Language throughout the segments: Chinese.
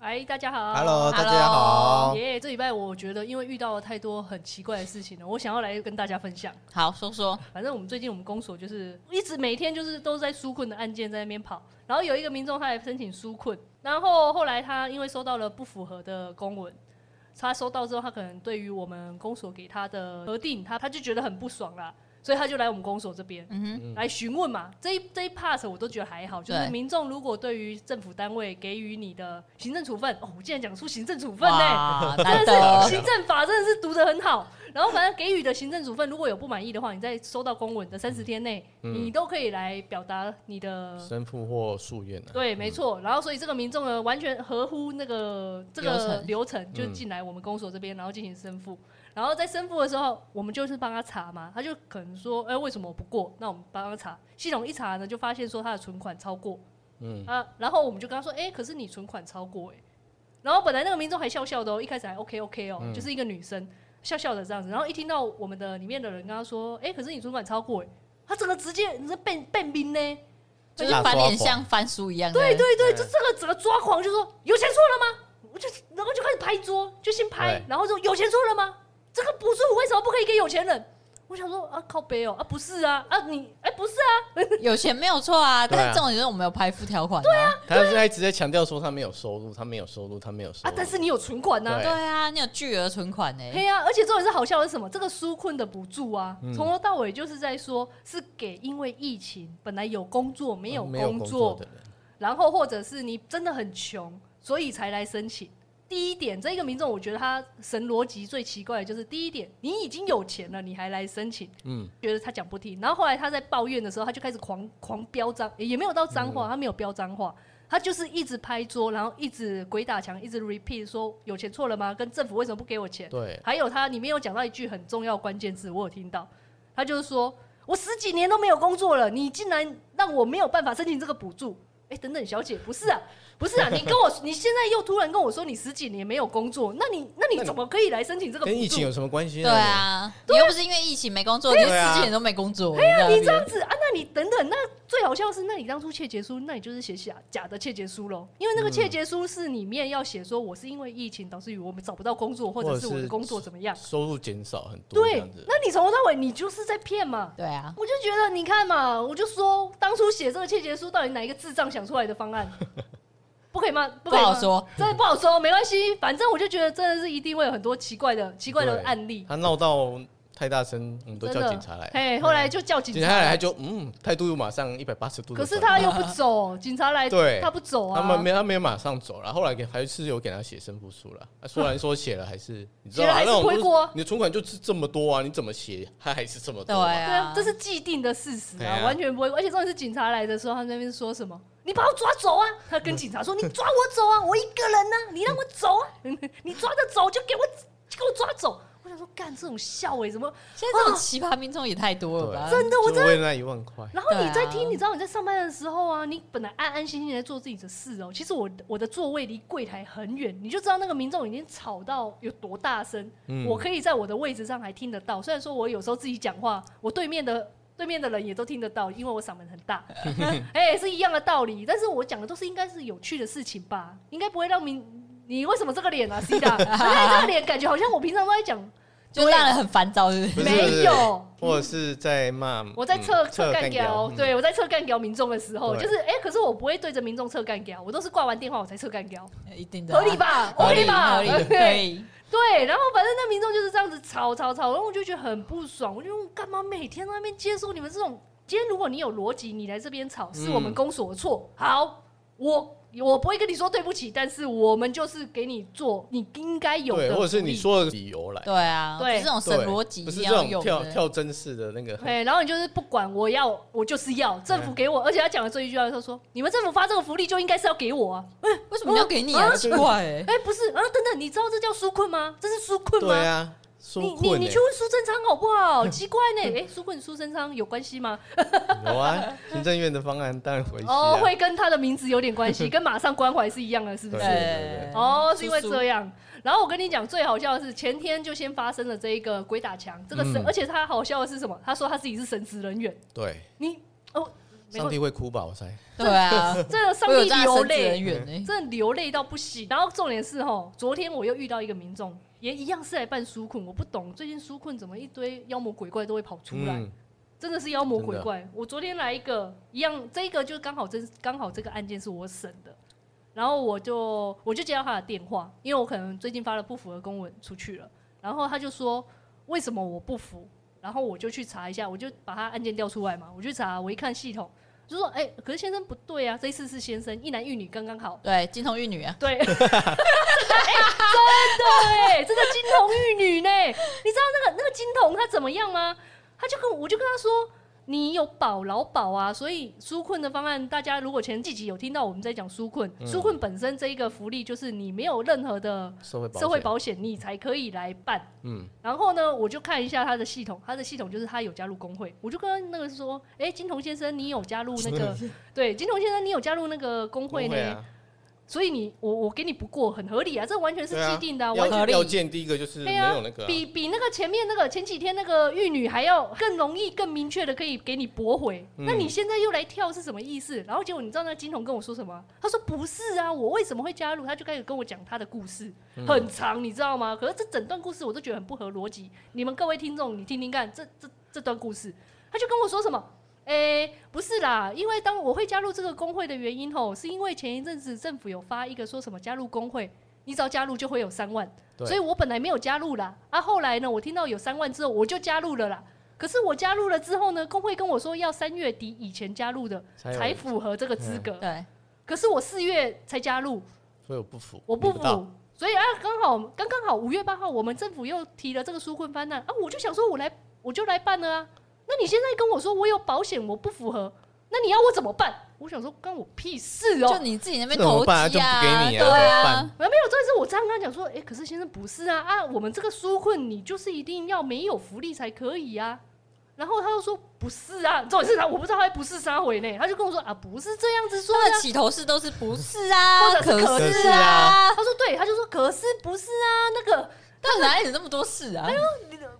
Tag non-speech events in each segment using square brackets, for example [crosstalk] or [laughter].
哎，大家好 Hello，大家好。耶这礼拜我觉得因为遇到了太多很奇怪的事情了，我想要来跟大家分享。好说说，反正我们最近我们公所就是一直每天就是都在纾困的案件在那边跑，然后有一个民众他来申请纾困，然后后来他因为收到了不符合的公文，他收到之后他可能对于我们公所给他的核定，他他就觉得很不爽啦，所以他就来我们公所这边。嗯哼，来询问嘛，这一这一 part 我都觉得还好，就是对民众如果对于政府单位给予你的行政处分，哦，我竟然讲出行政处分呢、哇，难欸真的是得，行政法真的是读得很好。然后反正给予的行政处分，如果有不满意的话，你在收到公文的三十天内，你都可以来表达你的。申复或诉愿啊，对，没错。然后，所以这个民众呢，完全合乎那个这流个程流程，嗯就进来我们公所这边，然后进行申复。然后在申复的时候，我们就是帮他查嘛，他就可能说，哎、为什么我不过？那我们帮他查。系统一查呢，就发现说他的存款超过，嗯啊，然后我们就跟他说，哎、可是你存款超过哎、然后本来那个民众还笑笑的哦，一开始还 OK OK 哦，嗯就是一个女生笑笑的这样子，然后一听到我们的里面的人跟他说，哎、可是你存款超过哎、他整个直接你是变变兵呢，就是翻脸像翻书一样。对对对对，就这个整个抓狂，就说有钱错了吗？我就然后就开始拍桌，就先拍对，然后说有钱错了吗？这个补助为什么不可以给有钱人？我想说啊，靠背哦，啊不是啊，啊你哎、不是啊，对，有钱没有错啊，对啊但是重点是我们有排付条款。对啊，他现在一直在强调说他没有收入，他没有收入，他没有收啊入。但是你有存款呐、对对啊，你有巨额存款欸呢。对呀、而且重点是好笑的是什么？这个纾困的补助啊，嗯从头到尾就是在说是给因为疫情本来有工作没有嗯没有工工作，作的人，然后或者是你真的很穷，所以才来申请。第一点，这个民众我觉得他神逻辑最奇怪的就是第一点，你已经有钱了，你还来申请，嗯，觉得他讲不听。然后后来他在抱怨的时候，他就开始狂狂飙脏，也没有到脏话，他没有飙脏话，他就是一直拍桌，然后一直鬼打墙，一直 repeat 说有钱错了吗？跟政府为什么不给我钱？对，还有他里面有讲到一句很重要关键字，我有听到，他就是说我十几年都没有工作了，你竟然让我没有办法申请这个补助。哎、等等，小姐，不是啊，不是啊，你跟我，你现在又突然跟我说你十几年没有工作，那你那那你你怎么可以来申请这个补跟疫助情？有什么关系？对，啊，你又不是因为疫情没工作，你就对啊十几年都没工作。你你这样子啊？那你等等，那最好笑的是，那你当初切结书，那你就是写假假的切结书喽，因为那个切结书是里面要写说我是因为疫情导致于我们找不到工作，或者或者是我的是工作怎么样？收入减少很多，这对啊样子，那你从头到尾你就是在骗嘛。对啊，我就觉得，你看嘛，我就说当初写这个切结书，到底哪一个智障想出来的方 [laughs] 案？不可以吗？不不可以吗好，说。真的不好说，没关系，反正我就觉得真的是一定会有很多奇怪的、奇怪的对案例，他闹到太大声，我们都真叫的。警察来，嘿，后来就叫警警察察来他就嗯，态度又马上一百八十度。可是他 [laughs] 啊又不走，警察来，对他不走啊。他们没他没有马上走，然后后来给还是有给他写申复书了。啊虽然说写了，还是你知道啊写了还是那种会过啊你的存款就是这么多啊，你怎么写他还是这么对多、啊。对啊啊，，这是既定的事实对啊，啊完全不会。而且重点是警察来的时候，他在那边说什么？你把我抓走啊！他跟警察说：“你抓我走啊，我一个人呢、你让我走啊， [laughs] 你抓着走就给我就给我抓走。”我想说，干这种笑欸诶、怎么？现在这种奇葩民众也太多了吧？真的我就为那一万块，然后你在对听，啊你知道你在上班的时候啊，你本来安安心心的做自己的事哦、其实我我的座位离柜台很远，你就知道那个民众已经吵到有多大声。嗯我可以在我的位置上还听得到，虽然说我有时候自己讲话，我对面的。对面的人也都听得到，因为我嗓门很 [laughs] 大，哎、是一样的道理。但是我讲的都是应该是有趣的事情吧，应该不会让民你为什么这个脸啊，C 大？哎这个脸感觉好像我平常都在讲，就让人很烦躁，是不 [laughs] 不是？是没有，或者是在骂我在嗯测测干掉掉，，嗯对我在测干掉民众的时候，对就是哎、可是我不会对着民众测干掉，我都是挂完电话我才测干掉，一定的啊，合理吧合理？ ？OK 吧？合理，可 [laughs] 对以。对，然后反正那民众就是这样子吵吵吵，然后我就觉得很不爽，我就说干嘛每天在那边接受你们这种？今天如果你有逻辑，你来这边吵是我们嗯公所的错，好，我。我不会跟你说对不起，但是我们就是给你做你应该有对，的福利，或者是你说的理由来，对啊，对就是这种对神逻辑不一是定这要种用跳的。跳针式的那个，对，然后你就是不管，我要，我就是要，政府给我，而且他讲的这一句话，他说：“你们政府发这个福利就应该是要给我啊。为什么要给你啊？嗯奇怪欸，哎，不是，啊，等等，你知道这叫纾困吗？这是纾困对吗？啊，你纾你困你欸去问苏贞昌好不 [laughs] 好？奇怪呢，哎，纾困苏贞昌有关系吗？有啊，行政院的方案当然回去哦啊，，会跟他的名字有点关 [laughs] 系，跟马上关怀是一样的，是不对是？对哦，是因为叔叔这样。然后我跟你讲，最好笑的是前天就先发生了这一个鬼打墙，这个神，嗯而且他好笑的是什么？他说他自己是神职人员，对，你哦，没上有，帝会哭吧？我猜，[laughs] 对啊，这个上我有帝这样流神职人泪，员呢，真的流泪到不行。然后重点是吼，昨天我又遇到一个民众，也一样是来办纾困，我不懂最近纾困怎么一堆妖魔鬼怪都会跑出来。嗯，真的是妖魔鬼真的怪。我昨天来一个一样，这个就刚好这刚好这个案件是我审的，然后我就我就接到他的电话，因为我可能最近发了不符合公文出去了，然后他就说为什么我不服，然后我就去查一下，我就把他案件调出来嘛，我去查，我一看系统就说，哎、可是先生不对啊，这一次是先生一男一女刚刚好。对，金童玉女啊，对，哎 [laughs] 真的哎、真的金童玉女呢。你知道那个那个金童他怎么样吗？他就跟我我就跟他说，你有保劳保啊，所以纾困的方案，大家如果前几集有听到我们在讲纾困，嗯纾、困本身这一个福利就是你没有任何的社会保社会险，保险，你才可以来办。嗯，然后呢，我就看一下他的系统，他的系统就是他有加入工会，我就跟那个说，哎、金童先生，你有加入那个对，金童先生，你有加入那个工会工会呢？啊，所以你我我给你不过很合理啊，这完全是既定的、啊，完合要理要件第一个就是没对啊有那个啊比比那个前面那个前几天那个玉女还要更容易、更明确的可以给你驳回。嗯那你现在又来跳是什么意思？然后结果你知道那金童跟我说什么？他说不是啊，我为什么会加入？他就开始跟我讲他的故事，嗯很长，你知道吗？可是这整段故事我都觉得很不合逻辑。你们各位听众，你听听看，这这这段故事，他就跟我说什么？诶、不是啦，因为当我会加入这个工会的原因吼，是因为前一阵子政府有发一个说什么加入工会，你只要加入就会有三万，对所以我本来没有加入啦。啊，后来呢，我听到有三万之后，我就加入了啦。可是我加入了之后呢，工会跟我说要三月底以前加入的才有嗯才符合这个资格，对，可是我四月才加入，所以我不服，我不领到服。所以啊，刚好刚刚好五月八号，我们政府又提了这个纾困方案啊，我就想说，我来我就来办了啊。那你现在跟我说我有保险，我不符合，那你要我怎么办？我想说，关我屁事哦、就你自己那边这怎投么办啊机就不给你啊对怎么啊，啊，没有，这是我这样跟他讲说，哎、可是先生不是啊啊，我们这个纾困你就是一定要没有福利才可以啊。然后他又说不是啊，重点是他我不知道他不是杀回呢，他就跟我说啊不是这样子说他的的啊、起头式都是不是 [laughs] 啊，或者是可是是啊啊，他说对，他就说可是不是啊，那个他哪里有那么多事哎啊？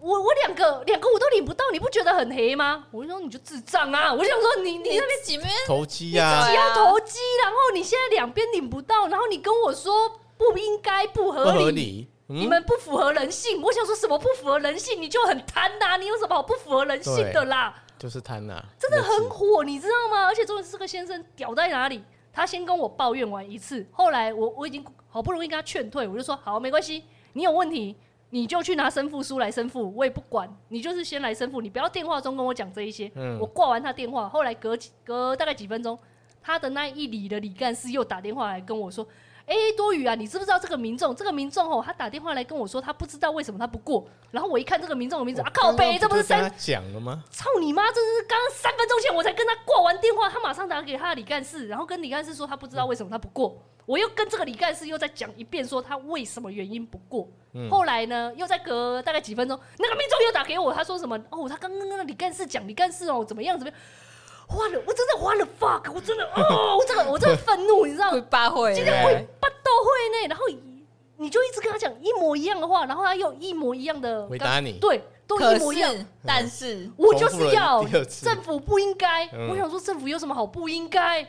我我两个两个我都领不到，你不觉得很黑吗？我就说你就智障啊！我就想说你你你那那边边几面啊投机呀，对要啊投机，然后你现在两边领不到，然后你跟我说不应该不不合理，合理，你嗯，们不符合人性。我想说什么不符合人性，你就很贪呐、你有什么好不符合人性的啦？嗯就是贪啊呐，真的那很是火，你知道吗？而且重点是这个先生屌在哪里？他先跟我抱怨完一次，后来我我已经好不容易跟他劝退，我就说好，没关系，你有问题你就去拿申付书来申付，我也不管，你就是先来申付，你不要电话中跟我讲这一些。嗯我挂完他电话，后来隔几隔大概几分钟，他的那一里的李干事又打电话来跟我说。哎、多余啊！你知不知道这个民众？这个民众哦，他打电话来跟我说，他不知道为什么他不过。然后我一看这个民众的名字，啊靠刚背，刚这不是就跟三他讲了吗？操你妈！这是刚刚三分钟前我才跟他挂完电话，他马上打给他的李干事，然后跟李干事说他不知道为什么他不过，我又跟这个李干事又再讲一遍，说他为什么原因不过。嗯后来呢，又再隔大概几分钟，那个民众又打给我，他说什么？哦，他刚刚跟那个李干事讲，李干事哦怎么样怎么样？花了，我真的花了 fuck，我真的哦，我这个我真的愤怒，你知道吗会？八会，今天会巴豆会呢，然后你就一直跟他讲一模一样的话，然后他又一模一样的回答你对，都可一模一样。嗯是但是我就是要重复了第二次政府不应该。嗯我想说政府有什么好不应该？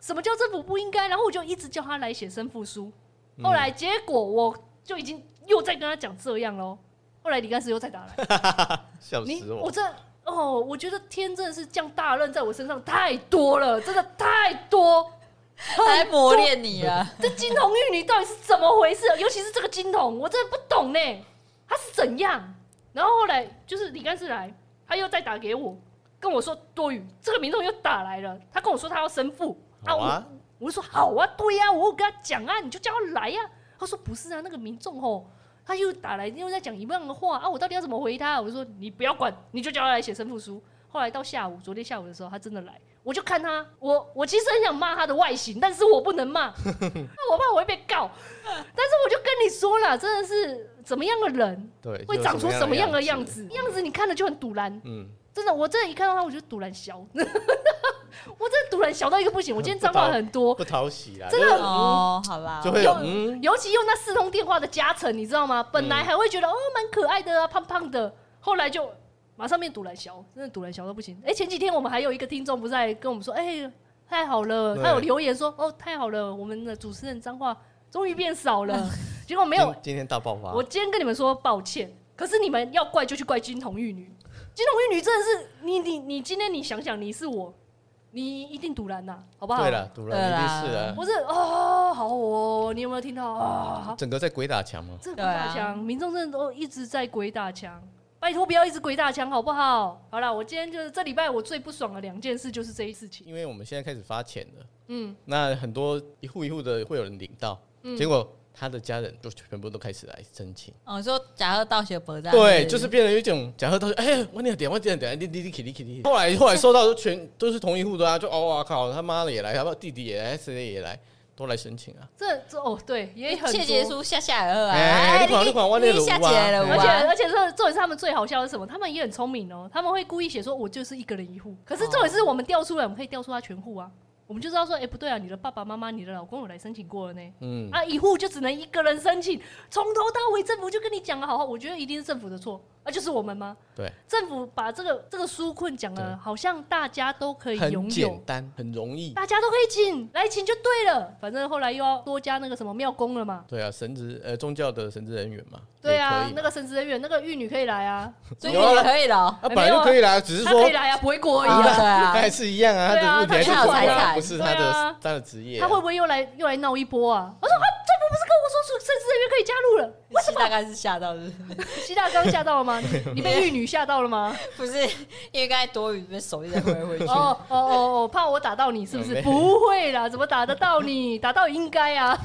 什么叫政府不应该？然后我就一直叫他来写申复书。嗯后来结果我就已经又在跟他讲这样喽。后来李干事又再 [laughs] 打来，笑你死我我，这哦，我觉得天真的是降大任在我身上太多了，真的太多。他在磨练你啊， [laughs] 这金童玉女到底是怎么回事？尤其是这个金童，我真的不懂呢，他是怎样？然后后来就是李干事来，他又再打给我，跟我说多余，这个民众又打来了，他跟我说他要申复好啊我我就说好啊，对呀、我有跟他讲啊，你就叫他来呀、他说不是啊，那个民众吼，他又打来又在讲一样的话啊，我到底要怎么回他？我就说你不要管，你就叫他来写申复书。后来到下午，昨天下午的时候，他真的来，我就看他，我我其实很想骂他的外形，但是我不能 [laughs] 骂，那我怕我会被告。但是我就跟你说了，真的是怎么样的人对，会就长出什么样的样样？子，样子你看了哎就很堵然。嗯，真的，我真的一看到他，我就堵然小， [laughs] 我真的堵然小到一个不行。我今天脏话很多，不讨喜啦，真的啊哦，好吧，就会有嗯，尤其用那四通电话的加成，你知道吗？本来还会觉得、哦蛮可爱的啊，胖胖的，后来就马上变堵蓝小，真的堵蓝小到不行。哎、前几天我们还有一个听众不是在跟我们说，哎、太好了，对他有留言说，哦，太好了，我们的主持人脏话终于变少 [laughs] 了。结果没有，今今天大爆发，我今天跟你们说抱歉，可是你们要怪就去怪金童玉女，金童玉女真的是你你你今天你想想，你是我，你一定堵蓝呐、好不好？对了，赌了对一啦定是啊的，不是哦，好哦，你有没有听到啊？好整个在鬼打墙嘛，这鬼对啊打墙，民众真的都一直在鬼打墙，拜托不要一直鬼打墙好不好？好啦，我今天就是这礼拜我最不爽的两件事就是这一事情。因为我们现在开始发钱了，嗯，那很多一户一户的会有人领到，结果他的家人就全部都开始来申请。哦，你说假贺到学博在对，就是变得有一种假设，他说：“哎，我那个点，我点点，你你你你你你。”后来后来收到都全都是同一户的啊，就哦哇靠，他妈的也来，他妈弟弟也来，谁也来，都来申请啊。这这哦对，也很切多结书下下来了啊！哎你管你管我那个下有啊结了对有而啊，且而且这重点是他们最好笑的是什么？他们也很聪明哦，他们会故意写说我就是一个人一户，可是重点是我们调出来，我们可以调出他全户啊。我们就知道说，哎、不对啊，你的爸爸妈妈、你的老公有来申请过了呢。嗯，啊，一户就只能一个人申请，从头到尾政府就跟你讲了，好好，我觉得一定是政府的错，啊，就是我们吗？对，政府把这个这个纾困讲对了，好像大家都可以很拥简有，单，很容易。大家都可以请，来请就对了。反正后来又要多加那个什么庙公了嘛。对啊，神职呃宗教的神职人员嘛，对也啊可以，嘛那个神职人员，那个玉女可以来啊，所以你可以了哦，啊本来就可以啦，只是她可说以来啊，不会过而已啊啊。对他啊还，是一样啊，对他的啊问题还是他还有不管财产不是他的对啊他的职业啊，他会不会又来又来闹一波啊？我说啊，政府不是跟我说神职人员可以加入了？你是大概是吓到是不是？西大刚吓到了吗？[laughs] 你被玉女吓到了吗？ [laughs] 不是，因为刚才多余，这边手一直在挥来 [laughs] 挥去。哦哦哦 [laughs] 哦，怕我打到你是不是？没不会啦，怎么打得到 [laughs] 你？打到应该啊。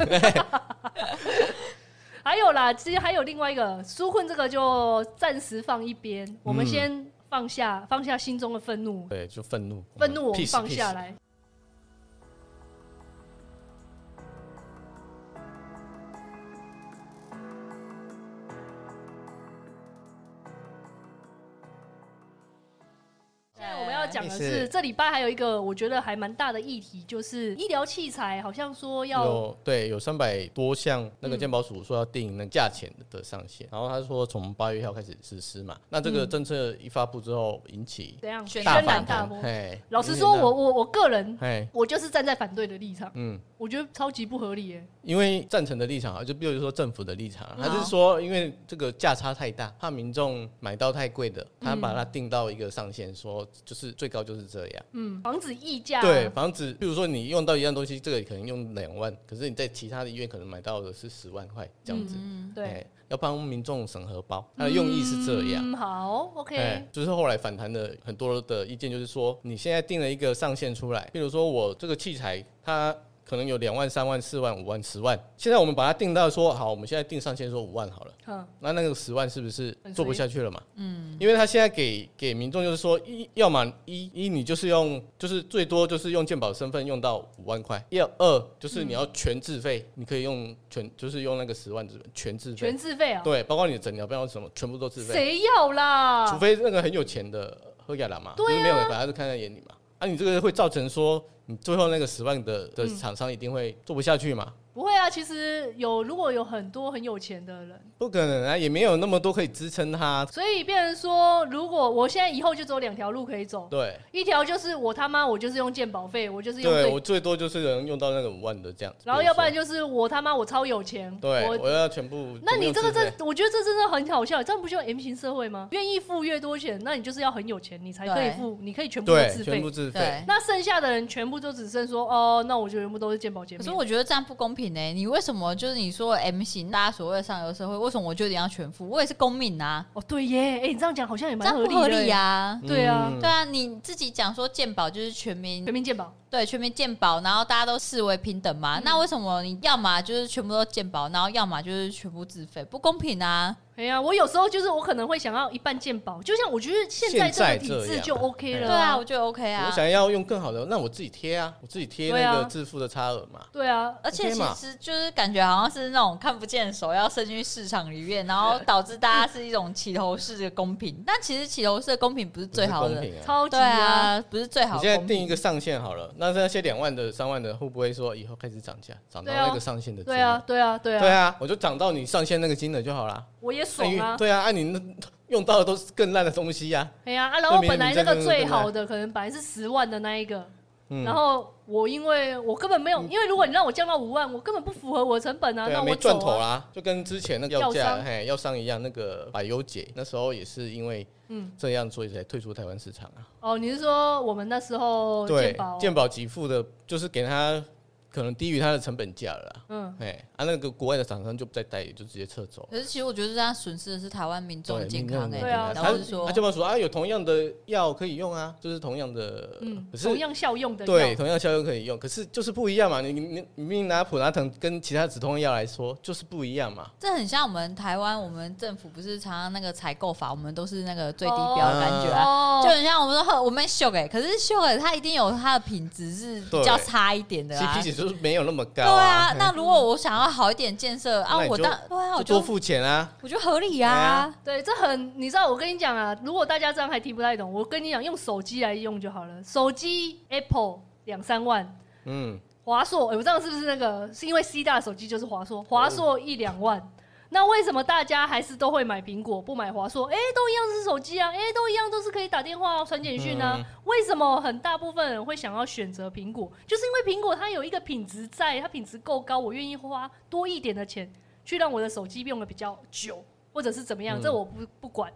还有啦，其实还有另外一个纾困，这个就暂时放一边，我嗯们先放下放下心中的愤怒，对，就愤怒，愤怒我们 peace，放下 peace 来。现在我们要讲的意是，思这礼拜还有一个我觉得还蛮大的议题，就是医疗器材，好像说要嗯有对有三百多项那个健保署说要定那个价钱的上限，然后他说从八月一号开始实施嘛，那这嗯个政策一发布之后引起怎样宣轩然反大弹波，。嘿，老实说，我有点我我个人大嘿，我就是站在反对的立场，嗯。我觉得超级不合理耶、因为赞成的立场啊，就比如说政府的立场啊，嗯他是说因为这个价差太大，怕民众买到太贵的，嗯他把它定到一个上限，说就是最高就是这样。嗯，防止溢价。对，防止比如说你用到一样东西，这个可能用两万，可是你在其他的医院可能买到的是十万块这样子。嗯，对，哎，要帮民众省荷包，它的用意是这样。嗯、好，OK，、哎，就是后来反弹的很多的意见，就是说你现在定了一个上限出来，比如说我这个器材它可能有两万、三万、四万、五万、十万，现在我们把它定到说好，我们现在定上限说五万好了，嗯，那那个十万是不是很随意做不下去了嘛？嗯，因为他现在给给民众就是说一，要么一一你就是用就是最多就是用健保身份用到五万块，要二就是嗯你要全自费，你可以用全就是用那个十万全自费全，自费啊，对，包括你的诊疗、包括什么全部都自费。谁要啦？除非那个很有钱的喝雅兰嘛，对啊就是没有人，反正就看在眼里嘛。啊，你这个会造成说，你最后那个十万的嗯的厂商一定会做不下去嘛？不会啊，其实有如果有很多很有钱的人，不可能啊，也没有那么多可以支撑它。所以变成说，如果我现在以后就只有两条路可以走，对，一条就是我他妈我就是用健保费，我就是用对最，我最多就是能用到那个五万的这样子。然后要不然就就是我他妈我超有钱，对，我我要全部。那你这全部个用自费这，我觉得这真的很好笑，这样不就 M 型社会吗？愿意付越多钱，那你就是要很有钱，你才可以对付，你可以全部都自对全费部。自费，对。那剩下的人全部都只剩说，哦，那我就全部都是健保减可免。是我觉得这样不公平呢、欸你为什么就是你说 M 型大家所谓的上流社会，为什么我就一定要全付？我也是公民啊，哦，对耶，哎、你这样讲好像也这蛮样合不理合的耶理、啊。嗯对啊对啊，你自己讲说健保就是全民全民健保，对全民健保，然后大家都视为平等嘛。那为什么你要么就是全部都健保，然后要么就是全部自费，不公平啊？哎呀，我有时候就是我可能会想要一半鉴宝，就像我觉得现在这个体制就哎 OK 了、对啊，我，觉得 OK 啊我。想要用更好的，那我自己贴啊，我自己贴对那啊个自付的差额嘛。对啊，而且 OK 其嘛实就是感觉好像是那种看不见的手要伸进市场里面，然后导致大家是一种起头式的公平。但其实起头式的公平不是最好不是的，公平啊。超级对啊，不是最好你的现在公定一平个。上限好了，那那些两万的、三万的，会不会说以后开始涨价，涨到对啊那个上限的？对啊，，对啊，对对啊，啊，我就涨到你上限那个金额就好啦。我也那爽你啊，对啊，按你那用到的都是更烂的东西呀。哎呀啊，然后对本来民那民个政最好的可能本来是十万的那一个，嗯然后我因为我根本没有，因为如果你让我降到五万，我根本不符合我的成本啊，对那啊，我没走赚头啊，啦，就跟之前那个药药价商嘿药商一样，那个百优姐那时候也是因为嗯这样，所以才退出台湾市场啊。哦，你是说我们那时候对鉴宝，健保给付的，就是给他可能低于它的成本价了啦。嗯，哎，啊，那个国外的厂商就不再代理，就直接撤走。可是其实我觉得这样损失的是台湾民众的对，健康哎、对啊然他后是说他健保署啊，有同样的药可以用啊，就是同样的，嗯，可是同样效用的对，药，同样效用可以用，可是就是不一样嘛。你你你明明拿普拿疼跟其他止痛药来说，就是不一样嘛。这很像我们台湾，我们政府不是常常那个采购法，我们都是那个最低标的感觉嗯啊，哦就很像我们说呵我们秀欸给，可是秀给它一定有它的品质是比较对差一点的啊 CP。值就是没有那么高对啊，嘿那如果我想要好一点建设啊，那你我就当对啊，我就多就付钱啊。我觉得合理啊啊。对，这很，你知道，我跟你讲啊，如果大家这样还听不太懂，我跟你讲，用手机来用就好了。手机 Apple 两三万，嗯，华硕，诶我这样是不是那个？是因为 C 大手机就是华嗯硕，华硕一两万。那为什么大家还是都会买苹果，不买华硕？哎、都一样是手机啊，哎、都一样都是可以打电话、啊、传简讯啊。嗯为什么很大部分人会想要选择苹果？就是因为苹果它有一个品质在，它品质够高，我愿意花多一点的钱去让我的手机用的比较久，或者是怎么样，嗯这我不不管。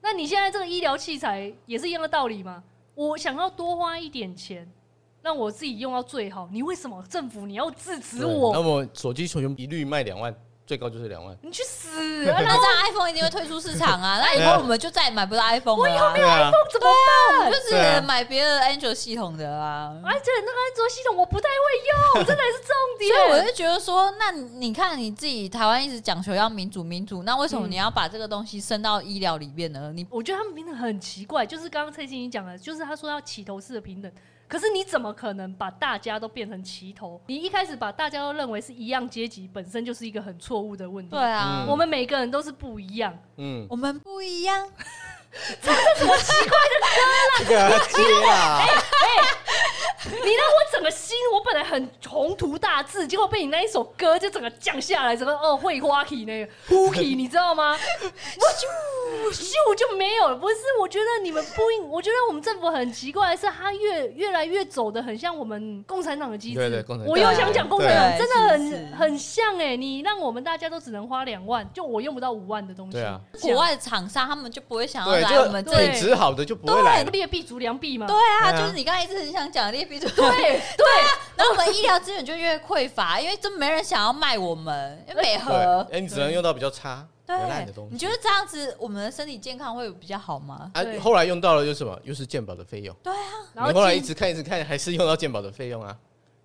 那你现在这个医疗器材也是一样的道理嘛？我想要多花一点钱，让我自己用到最好。你为什么政府你要制止对嗯那我？么手机全部一律卖两万，最高就是两万。你去死！啊那这样 iPhone 一定会退出市 [laughs] 场啊，那以后我们就再也买不到 iPhone 了啊、对啊，怎么办？我们就只能买别的 Android 系统的啊。而且那个安卓系统我不太会用，这才是重所以我点。就觉得说，那你看你自己台湾一直讲求要民主民主，那为什么嗯你要把这个东西伸到医疗里面呢？你我觉得他们平等很奇怪，就是刚刚蔡欣怡讲的，就是他说要起头式的平等，可是你怎么可能把大家都变成齐头？你一开始把大家都认为是一样阶级，本身就是一个很错误的问题。对啊，嗯我们每个人都是不一样，嗯，我们不一样，这个要接啦，你让我整个心，我本来很宏图大志，结果被你那一首歌就整个降下来，整个哦会花体那个呼体，你知 [laughs] 道吗？我咻咻就没有了。不是，我觉得你们不应，我觉得我们政府很奇怪的是，他越越来越走的很像我们共产党的机制。对对共产党我又想讲共产党，对真的是是很很像哎、你让我们大家都只能花两万，就我用不到五万的东西。对啊国外的厂商他们就不会想要对，哎来我们就这对里。品质好的就不会来了。劣币逐良币嘛。对啊，对啊就是你刚才一直很想讲的劣币，对对对。啊 [laughs] 然后我们医疗资源就越匮乏，因为真没人想要卖我们，因为美对和，。哎，你只能用到比较差、比较哎烂的对东，你西。觉得这样子我们的身体健康会比较好吗？啊对，后来用到了又是什么？又是健保的费用。然后你后来进一直看一直看，还是用到健保的费用啊。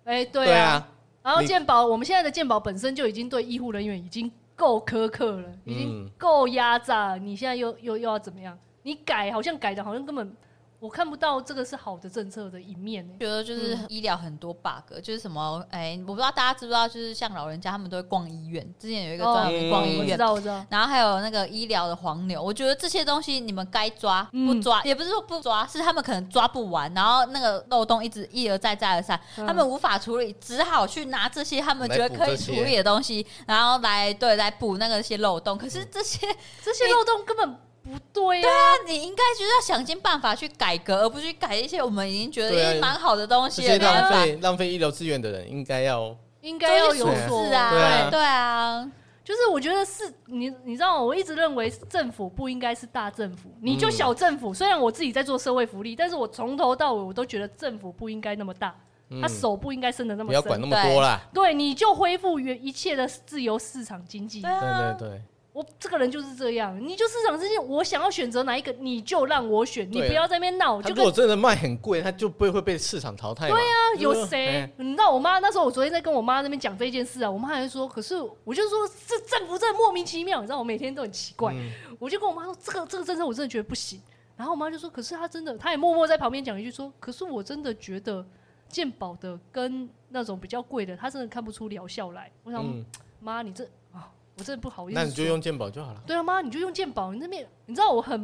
哎对对啊啊。，然后你健保，我们现在的健保本身就已经对医护人员已经够苛刻了，已经够压榨了。你现在又又又要怎么样？你改好像改的，好像根本我看不到这个是好的政策的一面欸呢、觉得就是医疗很多 bug，、就是什么哎、我不知道大家知不知道，就是像老人家他们都会逛医院，之前有一个专门哦逛嗯医我知。院道，我知道，然后还有那个医疗的黄牛，我觉得这些东西你们该抓嗯不抓，也不是说不抓，是他们可能抓不完，然后那个漏洞一直一而再再而三，嗯他们无法处理，只好去拿这些他们觉来得补可这以处些理的东西，然后来对来补那个些漏洞。可是这些，这些漏洞根本不对啊！那你应该就是要想尽办法去改革，而不是去改一些我们已经觉得对啊诶蛮好的东这西些了。没浪办法费浪费医疗资源的人，应该要应该要有对所是啊，对啊对啊，就是我觉得是你，你知道吗，我一直认为政府不应该是大政府，你就小政府。虽然我自己在做社会福利，但是我从头到尾我都觉得政府不应该那么大，他手不应该伸的那嗯么不深要。管那么多啦。对，你就恢复原一切的自由市场经济。对啊，对对，我这个人就是这样，你就市场之间，我想要选择哪一个，你就让我选，你对啊不要在那边闹，他如就跟果真的卖很贵，他就不会会被市场淘汰嘛。对啊那有谁？你嗯知道我妈那时候，我昨天在跟我妈那边讲这件事啊，我妈还说，可是我就说这正不正莫名其妙，你知道我每天都很奇怪，嗯我就跟我妈说这个这个政策我真的觉得不行，然后我妈就说，可是她真的，她也默默在旁边讲一句说，可是我真的觉得健保的跟那种比较贵的，她真的看不出疗效来。我想嗯，妈、你这啊，我真的不好意思那说，你就用鉴宝就好了。对啊，妈，你就用鉴宝，你那边你知道我很，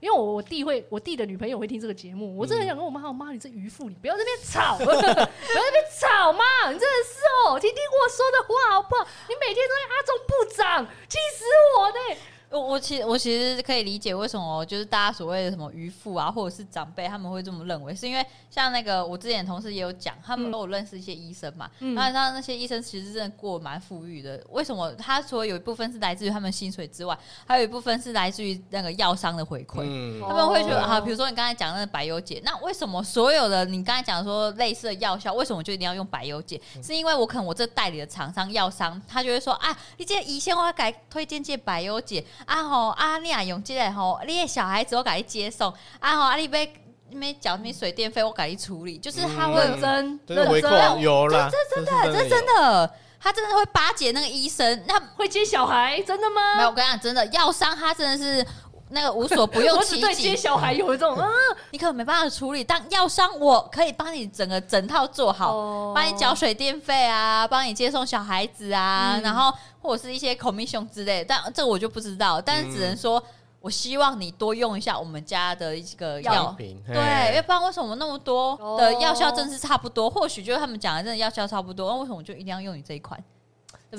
因为我我弟会，我弟的女朋友会听这个节目，我嗯真的很想跟我妈说，妈，你这渔夫，你不要在那边吵， [laughs] 不要在那边吵嘛，你真的是哦，听听我说的话好不好？你每天都在阿中部长，气死我呢！我我其我其实可以理解为什么就是大家所谓的什么渔夫啊，或者是长辈他们会这么认为，是因为像那个我之前的同事也有讲，他嗯们都有认识一些医生嘛，嗯然后让那些医生其实真的过得蛮富裕的。为什么他除了有一部分是来自于他们薪水之外，还有一部分是来自于那个药商的回馈？嗯他们会觉得哦啊，比如说你刚才讲那个白油姐，那为什么所有的你刚才讲说类似的药效，为什么我就一定要用白油姐？嗯是因为我可能我这代理的厂商药商，他就会说啊，你这胰腺我改推荐这白油姐啊吼啊，你啊用这个吼，你的小孩子我改你接送啊吼，啊你别没缴什么水电费，我改你处理，就是嗯他会认真，真的回认扣啊真，有啦，真的，这这是真的的，他真的会巴结那个医生，那会接小孩，真的没有，吗？我跟你讲，真的药商他真的是。那个无所不 [laughs] 用我其只极，对接小孩有一种，嗯，你可能没办法处理，但药商我可以帮你整个整套做 [laughs] 好，哦帮、你缴水电费啊，帮你接送小孩子啊，嗯然后或者是一些 commission 之类的，但这我就不知道，但是只能说。我希望你多用一下我们家的一个有药商，品对，嘿要不然为什么那么多的药效真是差不多？或许就是他们讲的真的药效差不多，那为什么我就一定要用你这一款？对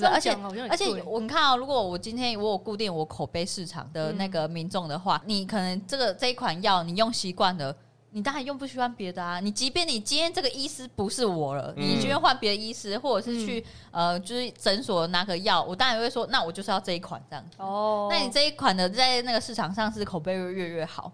这不对？样而且讲好像也而且嗯对我你看啊、如果我今天我有固定我口碑市场嗯的那个民众的话，你可能这个这一款药你用习惯了。你当然用不习惯别的啊！你即便你今天这个医师不是我了，嗯你今天换别的医师，或者是去、嗯呃，就是诊所拿个药，我当然会说，那我就是要这一款这样子。哦，那你这一款的在那个市场上是口碑越越越好，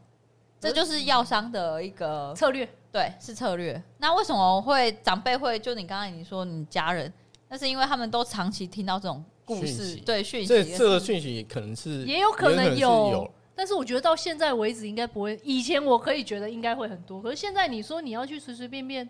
这就是药商的一个策略对，是策略。那为什么会长辈会就你刚才你说你家人，那是因为他们都长期听到这种故讯事，息对讯息这的这个事讯情。息可能是也有可能是有。但是我觉得到现在为止应该不会，以前我可以觉得应该会很多，可是现在你说你要去随随便便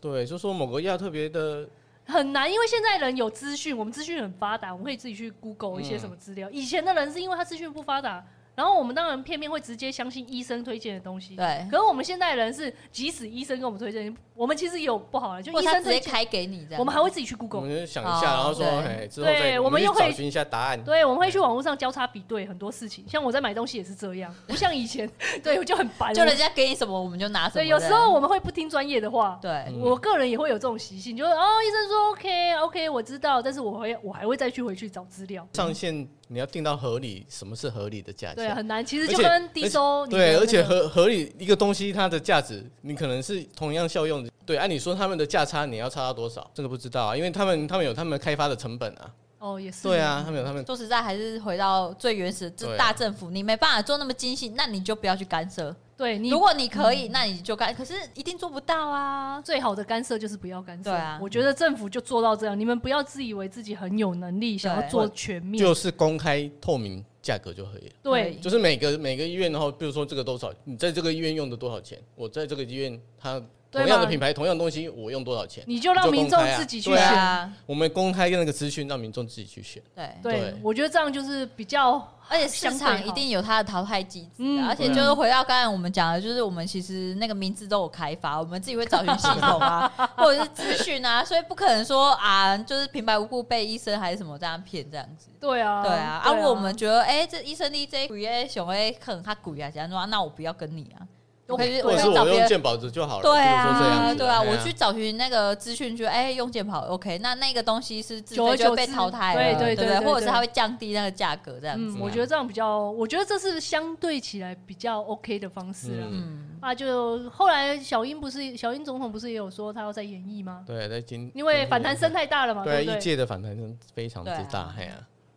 对，就说某个药特别的，很难，因为现在人有资讯，我们资讯很发达，我们可以自己去 Google 一些什么资料。以前的人是因为他资讯不发达，然后我们当然片面会直接相信医生推荐的东西。对，可是我们现代人是，即使医生给我们推荐，我们其实也有不好的，就或医者他生直接推荐，开给你这样，我们还会自己去我 Google。们就想哦一下，然后说，对哎，之后再对我们去又会找寻一下答案。对，我们会去网络上交叉比对很多事情，像我在买东西也是这样，不像以 [laughs] 前，对我就很烦。就人家给你什么我们就拿什么。对，有时候我们会不听专业的话，对嗯我个人也会有这种习性，就是哦，医生说 OK OK，我知道，但是我会我还会再去回去找资料。上限你要定到合理，什么是合理的价钱？对啊，很难。其实而就且跟低收你的对，那而且个合合理一个东西它的价值，你可能是同样效用的。对，按、理说他们的价差你要差到多少？这个不知道啊，因为他们他们有他们开发的成本啊。哦也是对，啊，他们有他们说实在还是回到最原始的，这对啊大政府，你没办法做那么精细，那你就不要去干涉。对你嗯如果你可以，那你就干，可是一定做不到啊。最好的干涉就是不要干涉。对啊我觉得政府就做到这样，你们不要自以为自己很有能力，想要做全面。就是公开透明价格就可以了。对，就是每个每个医院，然后比如说这个多少，你在这个医院用的多少钱，我在这个医院它对同样嘛的品牌同样东西我用多少钱，你就让民众你就公开啊自己去对选。啊，我们公开那个资讯让民众自己去选。对。啊对对，我觉得这样就是比较而且市相对场好一定有它的淘汰机制、嗯啊，而且就是回到刚才我们讲的，就是我们其实那个名字都有开发，我们自己会找寻系统啊，或者是资讯啊，所以不可能说啊，就是平白无故被医生还是什么这样骗这样子。对啊，对啊，啊，如果我们觉得哎、这医生 DJ 鬼耶熊 A 可能他鬼啊，这样说，那我不要跟你啊，我可以或我者是可以找我别用人。鉴宝子就好了，对比如说这样啊，子对啊，哎我呀去找寻那个资讯，就哎用健跑 OK，那那个东西是自久而费就久会被之淘汰了，对对对对不对或者是对它会降低那个价格这样子啊啊嗯，。我觉得这样比较，我觉得这是相对起来比较 OK 的方式了。嗯，啊，就后来小英不是小英总统不是也有说他要在演艺吗？对，在今因为反弹今声太大了嘛，对对不一对？届的反弹声非常之对大啊，嘿啊，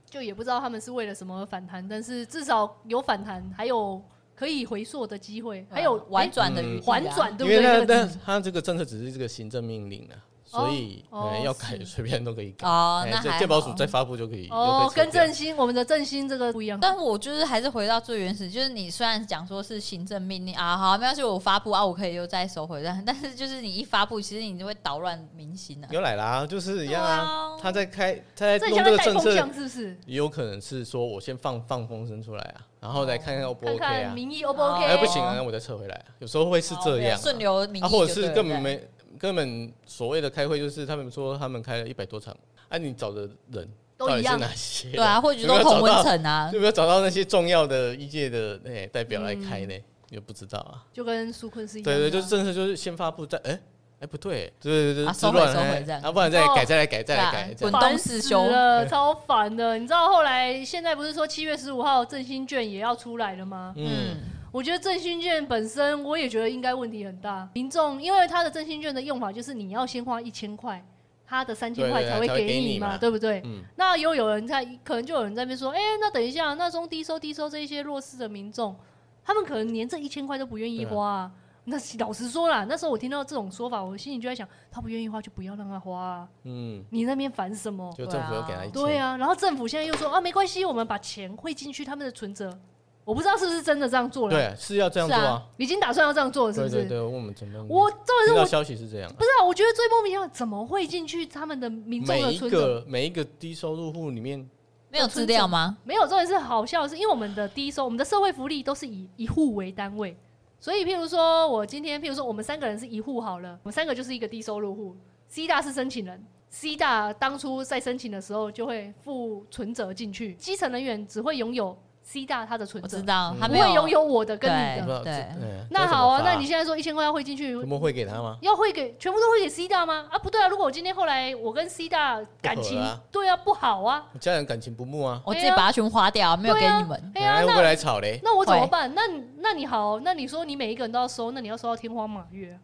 就也不知道他们是为了什么而反弹，但是至少有反弹，还有可以回溯的机会，还有嗯婉诶转的余地啊婉转，对因不为那对？这个那字他这个政策只是这个行政命令啊，所以哦呃哦要改是随便都可以改。哦，哎那这还健保好署再发布就可以。哦就，可以跟撤掉振兴我们的振兴这个不一样。但我就是还是回到最原始，就是你虽然讲说是行政命令啊，好，没关系，我发布啊，我可以又再收回，但但是就是你一发布，其实你就会捣乱民心啊。牛奶啦，就是一样对啊啊。他在开，他在这弄像这个在带政风策向，是不是？也有可能是说我先放放风声出来啊，然后来看看 O 不 OK 哦看看哦啊。民意 O 不哦 OK？哎，不行啊，那我再撤回来啊。有时候会是这样啊，顺流民意啊，就对了，或者是根本对没根本所谓的开会，就是他们说他们开了一百多场，哎，你找的人都到底是一样哪些？对啊，或者有是没都有同找温到？层啊，嗯有没有找到那些重要的一届的哎代表来开呢？也不知道啊。就跟苏坤是一样对的啊。对，就是政策就是先发布再哎哎不对，对对对，啊之收回乱收回哎这样啊，不然再哦改再来改再来对啊改这样。滚烦动死四修了，对超烦的。你知道后来现在不是说七月十五号振兴券也要出来了吗？嗯，嗯，我觉得振兴券本身我也觉得应该问题很大。民众因为它的振兴券的用法就是你要先花一千块，它的三千块对对才会才会给给你你嘛，嘛对不对？嗯那又有人在，可能就有人在那边说，哎、那等一下，那中低收低收这一些弱势的民众，他们可能连这一千块都不愿意花、啊。那老实说啦，那时候我听到这种说法，我心里就在想，他不愿意花就不要让他花、啊，嗯，你那边烦什么？就政府又给他一千，对啊，然后政府现在又说啊，没关系，我们把钱汇进去他们的存折。我不知道是不是真的这样做了，对，是要这样是做啊啊。已经打算要这样做了，是不对是？对对，我们怎么我重点听是到我消息是这样啊？不是啊，我觉得最莫名其妙，怎么会进去他们的民众每的一存折？个每一个低收入户里面，没有资料吗？没有，重点是好笑的是，因为我们的低收，我们的社会福利都是以一户为单位，所以譬如说我今天，譬如说我们三个人是一户好了，我们三个就是一个低收入户，C 大是申请人。C 大当初在申请的时候就会付存折进去，基层人员只会拥有 C 大他的存我折知，道，嗯还不没有会拥有我的跟你不对知道的。这哎那这怎么好啊，发那你现在说一千块要汇进去，怎么会给他吗？要汇给全部都汇给 C 大吗？啊，不对啊！如果我今天后来我跟 C 大感情不合啊对啊不好啊，家人感情不睦啊，我自己把它全部花掉，没有给你们。哎本呀、来会不会那来吵嘞？那我怎么办？那你那你好，那你说你每一个人都要收，那你要收到天荒马月啊，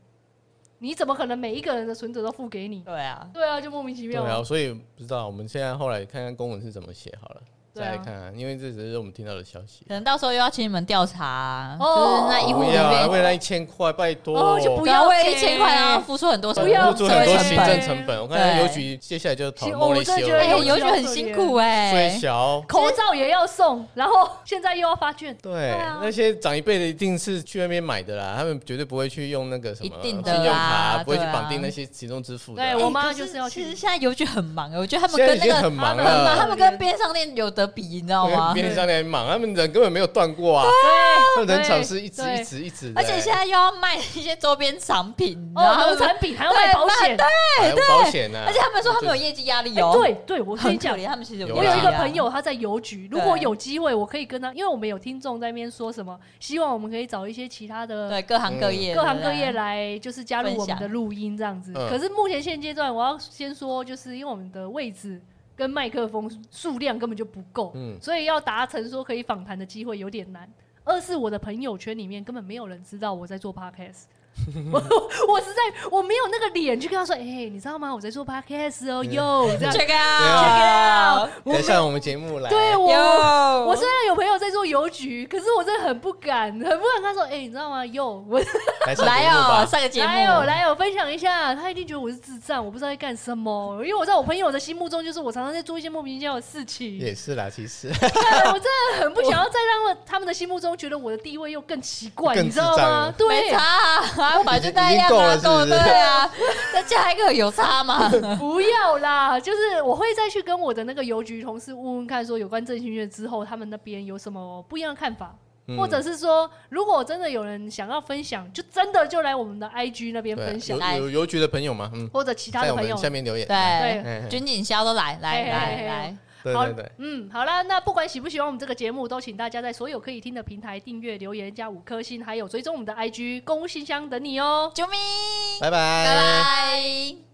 你怎么可能每一个人的存折都付给你？对啊，对啊，就莫名其对妙啊，啊。所以不知道，我们现在后来看看公文是怎么写好了，对啊再来看看，因为这只是我们听到的消息可。能到时候又要请你们调查啊，就哦是那一户不里要啊，面为了一千块，拜托，啊哦就不不要为给一千块然后付出很多不要付出很多给行政成本。我看对邮局接下来就讨其实论我莫里真修的觉得哎，了，邮局很辛苦哎最，小。口罩也要送，然后现在又要发 [laughs] 券，对啊，那些长一辈的一定是去那边买的啦，他们绝对不会去用那个什么一信定用的啦卡啊，不会去对啊绑定那些行动支付的对啦。我哎妈可就是要去其实现在邮局很忙，哦我觉得他们现在跟已那经个很忙他们了，忙他们跟便利商店有得比，你知道吗？便利商店很忙，他们人根本没有断过啊，他们人场是一直对一直一直的、而且现在又要卖一些周边商品，哦，然后农产品还要卖保险，还有保险呢、啊， [laughs] 而且他们说他们 [laughs] 有业绩压力哎哦，对对，我跟很你可讲，怜，他们其实有有我压有力一啊个朋，友，他在邮局，如果对有机会，我可以跟他，因为我们有听众在那边说什么，希望我们可以找一些其他的对各行各业，嗯各行各业对不对来，就是加入我分们享的录音这样子。嗯可是目前现阶段，我要先说，就是因为我们的位置跟麦克风数量根本就不够，嗯，所以要达成说可以访谈的机会有点难。二是我的朋友圈里面根本没有人知道我在 [laughs] 做 podcast。我我实在我没有那个脸去跟他说，哎、你知道吗？我在做 podcast 嗯哦，哟、[laughs] 这样 check check out，check 啊 it out，等上我们节目来，对我有，我虽然有朋友在做邮局，可是我真的很不敢，很不敢跟他说，哎、你知道吗？哟，我来上节来目哦，吧，上个节目，来哦，来哦，分享一下，他一定觉得我是智障，我不知道在干什么，因为我在我朋友的心目中，就是我常常在做一些莫名其妙的事情，也是啦，其实对我真的很不想要再让他们他们的心目中觉得我的地位又更奇怪，更你知道智障吗了？对没，差啊，反正就那已样经够啊，了是不够是对啊，再加一个有 [laughs] 差吗？不要啦，就是我会再去跟我的那个邮局同事问问看，说有关振兴券之后，他们那边有什么不一样的看法。嗯或者是说，如果真的有人想要分享，就真的就来我们的 IG 那边对啊分享，有有邮局的朋友嘛，嗯，或者其他在的我朋友们。下面留言，对对哎军警消都来来嘿嘿来嘿来，对好对对，嗯，好啦，那不管喜不喜欢我们这个节目，都请大家在所有可以听的平台订阅、留言加五颗星，还有追踪我们的 IG 公务信箱等你哦、救命！拜拜拜拜。